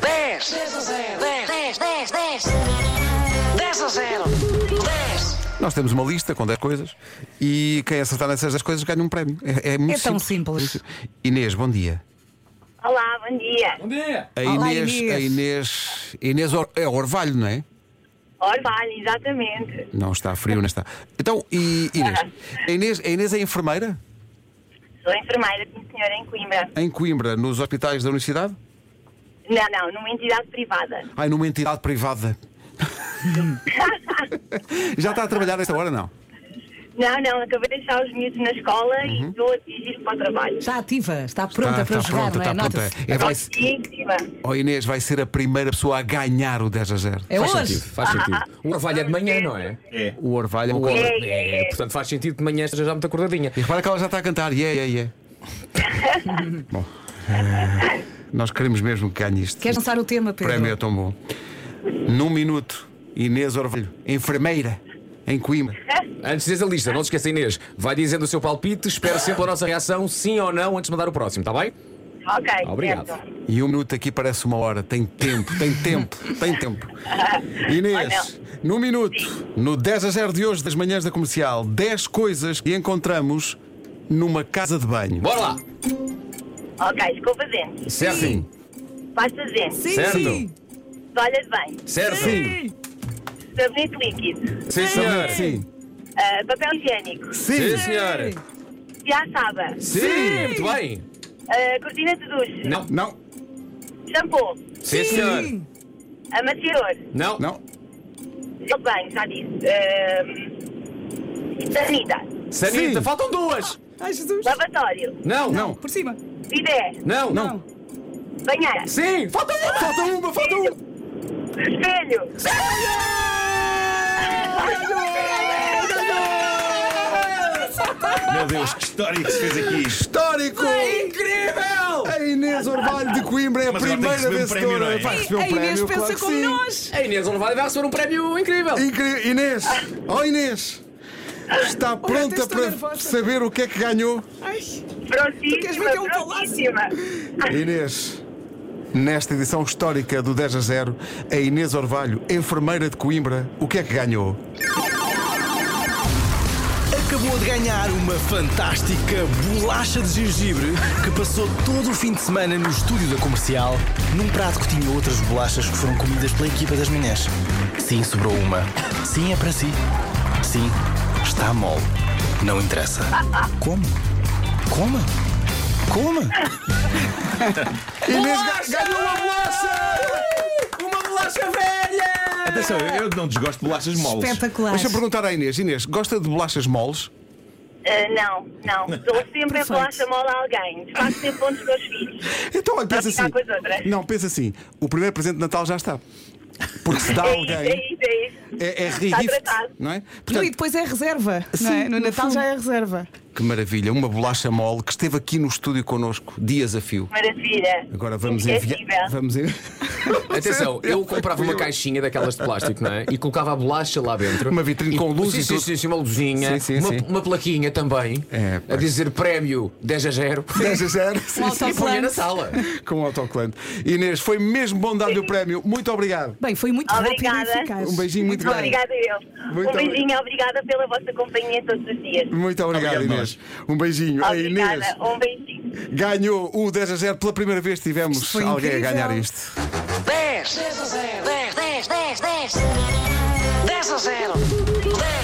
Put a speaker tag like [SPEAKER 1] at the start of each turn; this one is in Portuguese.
[SPEAKER 1] 10, 10 a 0, 10, 10, 10, 10, 10 a 0, 10.
[SPEAKER 2] Nós temos uma lista com 10 coisas e quem acertar nessas 10 coisas ganha um prémio. É, é muito
[SPEAKER 3] É tão simples.
[SPEAKER 2] Inês, bom dia.
[SPEAKER 4] Olá, bom dia.
[SPEAKER 5] Bom dia!
[SPEAKER 2] A
[SPEAKER 3] Olá,
[SPEAKER 2] Inês,
[SPEAKER 3] Inês.
[SPEAKER 2] A Inês, Inês Or- é Orvalho, não é?
[SPEAKER 4] Orvalho, exatamente.
[SPEAKER 2] Não está frio, não está. Então, e Inês? A Inês, a Inês é enfermeira?
[SPEAKER 4] Sou enfermeira com o senhor em Coimbra.
[SPEAKER 2] Em Coimbra, nos hospitais da universidade?
[SPEAKER 4] Não, não, numa entidade privada.
[SPEAKER 2] Ai, numa entidade privada. Já está a trabalhar nesta hora, não?
[SPEAKER 4] Não, não, acabei de deixar os miúdos na escola e estou a dirigir para o trabalho.
[SPEAKER 3] Está ativa, está pronta
[SPEAKER 2] está,
[SPEAKER 3] para
[SPEAKER 2] está
[SPEAKER 3] jogar,
[SPEAKER 2] Tá, pronta,
[SPEAKER 3] não é?
[SPEAKER 2] está pronta.
[SPEAKER 3] Nota-se.
[SPEAKER 2] É, vai,
[SPEAKER 4] Ótima.
[SPEAKER 2] oh Inês, vai ser a primeira pessoa a ganhar o 10 a 0.
[SPEAKER 3] É
[SPEAKER 5] Faz
[SPEAKER 3] hoje.
[SPEAKER 5] sentido, faz sentido. O orvalho é de manhã, não é?
[SPEAKER 2] O Orvalho é um
[SPEAKER 5] O
[SPEAKER 2] colo-
[SPEAKER 5] orvalho- é, é, portanto faz sentido que de manhã esteja já muito acordadinha.
[SPEAKER 2] E repara que ela já está a cantar, yeah, yeah, yeah. bom, eh, nós queremos mesmo que ganhe isto.
[SPEAKER 3] Queres lançar o tema,
[SPEAKER 2] o
[SPEAKER 3] Pedro?
[SPEAKER 2] prémio é tão bom. Num minuto, Inês Orvalho, enfermeira, em Coimbra.
[SPEAKER 5] Antes de dizer a lista, não te esqueça, Inês, vai dizendo o seu palpite, espero sempre a nossa reação, sim ou não, antes de mandar o próximo, está bem?
[SPEAKER 4] Ok,
[SPEAKER 5] Obrigado.
[SPEAKER 4] certo.
[SPEAKER 2] E um minuto aqui parece uma hora. Tem tempo, tem tempo, tem tempo. Inês, num minuto, no 10 a 0 de hoje das manhãs da comercial, 10 coisas que encontramos numa casa de banho.
[SPEAKER 5] Bora lá!
[SPEAKER 4] Ok, escova de dentes,
[SPEAKER 5] Certo!
[SPEAKER 2] Sim,
[SPEAKER 4] pasta de dentes,
[SPEAKER 3] Sim,
[SPEAKER 5] Certo.
[SPEAKER 3] sim.
[SPEAKER 4] toalha de banho,
[SPEAKER 5] Certo!
[SPEAKER 2] sim,
[SPEAKER 4] sabonete líquido,
[SPEAKER 5] Sim, senhor!
[SPEAKER 2] sim,
[SPEAKER 4] ah, papel higiênico,
[SPEAKER 2] sim,
[SPEAKER 5] Sim, senhor!
[SPEAKER 4] piaçaba,
[SPEAKER 5] Sim! Muito bem!
[SPEAKER 4] ah, cortina de duche,
[SPEAKER 5] Não!
[SPEAKER 2] Não,
[SPEAKER 4] shampoo,
[SPEAKER 5] Sim, senhor!
[SPEAKER 3] Sim.
[SPEAKER 4] amaciador,
[SPEAKER 5] Não!
[SPEAKER 2] não,
[SPEAKER 4] gel de banho, já disse, ah, sanita,
[SPEAKER 5] Sanita,
[SPEAKER 2] Sim.
[SPEAKER 5] faltam duas!
[SPEAKER 3] Ai, Jesus.
[SPEAKER 4] lavatório,
[SPEAKER 5] Não!
[SPEAKER 2] não,
[SPEAKER 3] Por cima.
[SPEAKER 4] bidé,
[SPEAKER 5] Não!
[SPEAKER 2] não.
[SPEAKER 4] banheira,
[SPEAKER 5] Sim! Falta uma!
[SPEAKER 2] Falta uma, falta uma.
[SPEAKER 4] espelho.
[SPEAKER 6] Meu Deus, que história é que se fez aqui.
[SPEAKER 2] Histórico!
[SPEAKER 3] É
[SPEAKER 5] Incrível!
[SPEAKER 2] A Inês Orvalho de Coimbra é a
[SPEAKER 6] Mas agora tem que
[SPEAKER 2] primeira
[SPEAKER 6] receber um
[SPEAKER 2] vencedora.
[SPEAKER 6] prémio, não é?
[SPEAKER 2] Vai receber um
[SPEAKER 3] A Inês
[SPEAKER 2] prémio,
[SPEAKER 3] pensa
[SPEAKER 2] claro que
[SPEAKER 3] como
[SPEAKER 2] sim.
[SPEAKER 3] nós.
[SPEAKER 5] A Inês Olvalho vai receber um prémio incrível!
[SPEAKER 2] Incrível. Inês, oh Inês, está pronta
[SPEAKER 3] estou
[SPEAKER 2] para
[SPEAKER 3] nervosa.
[SPEAKER 2] saber o que é que ganhou?
[SPEAKER 3] Ai, Tu queres
[SPEAKER 4] Prontíssima,
[SPEAKER 3] ver que é um palácio?
[SPEAKER 4] prontíssima.
[SPEAKER 2] Inês, nesta edição histórica do 10 a 0, a Inês Orvalho, enfermeira de Coimbra, o que é que ganhou?
[SPEAKER 7] Acabou de ganhar uma fantástica bolacha de gengibre que passou todo o fim de semana no estúdio da comercial, num prato que tinha outras bolachas que foram comidas pela equipa das manhãs. Sim, sobrou uma. Sim, é para si. Sim, está mole. Não interessa. Como? Coma? Coma?
[SPEAKER 2] Inês ga- ganhou uma bolacha!
[SPEAKER 5] Uma bolacha velha!
[SPEAKER 6] Atenção, eu eu não desgosto de bolachas moles.
[SPEAKER 3] Espetacular.
[SPEAKER 2] Deixa eu perguntar à Inês. Inês, gosta de bolachas moles?
[SPEAKER 4] Ah, não, não. Dou sempre a
[SPEAKER 3] Perfeito.
[SPEAKER 4] bolacha mole a alguém. Faço sempre bom dos meus filhos.
[SPEAKER 2] Então, olha, pensa
[SPEAKER 4] Vai ficar
[SPEAKER 2] assim.
[SPEAKER 4] com as outras.
[SPEAKER 2] Não, pensa assim. O primeiro presente de Natal já está. Porque se dá
[SPEAKER 4] É isso, é
[SPEAKER 2] alguém.
[SPEAKER 4] isso, é isso.
[SPEAKER 2] É, é
[SPEAKER 4] Está
[SPEAKER 2] regift,
[SPEAKER 4] tratado.
[SPEAKER 2] não é?
[SPEAKER 3] Não,
[SPEAKER 2] Portanto,
[SPEAKER 3] e depois é reserva. não
[SPEAKER 2] Sim,
[SPEAKER 3] é?
[SPEAKER 2] no
[SPEAKER 3] No Natal
[SPEAKER 2] fundo.
[SPEAKER 3] já é reserva.
[SPEAKER 2] Que maravilha, uma bolacha mole que esteve aqui no estúdio connosco, dias a fio.
[SPEAKER 4] Maravilha.
[SPEAKER 2] Agora vamos
[SPEAKER 4] Inesquecível.
[SPEAKER 2] enviar. Vamos en-
[SPEAKER 5] Atenção, eu comprava uma caixinha daquelas de plástico, não é? E colocava a bolacha lá dentro.
[SPEAKER 2] Uma vitrine
[SPEAKER 5] E-
[SPEAKER 2] com luz
[SPEAKER 5] sim,
[SPEAKER 2] e
[SPEAKER 5] sim,
[SPEAKER 2] tudo.
[SPEAKER 5] sim, sim, uma luzinha.
[SPEAKER 2] Sim, sim,
[SPEAKER 5] uma,
[SPEAKER 2] sim.
[SPEAKER 5] uma plaquinha também.
[SPEAKER 2] É, pá.
[SPEAKER 5] a dizer prémio 10 a 0.
[SPEAKER 2] 10 a 0. sim,
[SPEAKER 3] Um
[SPEAKER 5] E punha na
[SPEAKER 3] autocolante.
[SPEAKER 5] sala.
[SPEAKER 2] Com o autoclante. Inês, foi mesmo bom dar-lhe o prémio. Muito obrigado.
[SPEAKER 3] Bem, foi muito rápido e
[SPEAKER 4] Obrigada.
[SPEAKER 3] eficaz.
[SPEAKER 2] Um beijinho muito grande.
[SPEAKER 4] Obrigada eu.
[SPEAKER 2] Muito
[SPEAKER 4] um beijinho, obrigada pela vossa companhia todos os dias.
[SPEAKER 2] Muito obrigado,
[SPEAKER 6] Obrigado,
[SPEAKER 2] Inês. Um beijinho. A Inês
[SPEAKER 4] Obrigada, um beijinho.
[SPEAKER 2] ganhou o 10 a 0. Pela primeira vez tivemos
[SPEAKER 3] foi
[SPEAKER 2] alguém a
[SPEAKER 3] incrível.
[SPEAKER 2] ganhar isto.
[SPEAKER 1] 10, 10 a 0, 10, 10, 10, 10, 10 a 0, 10.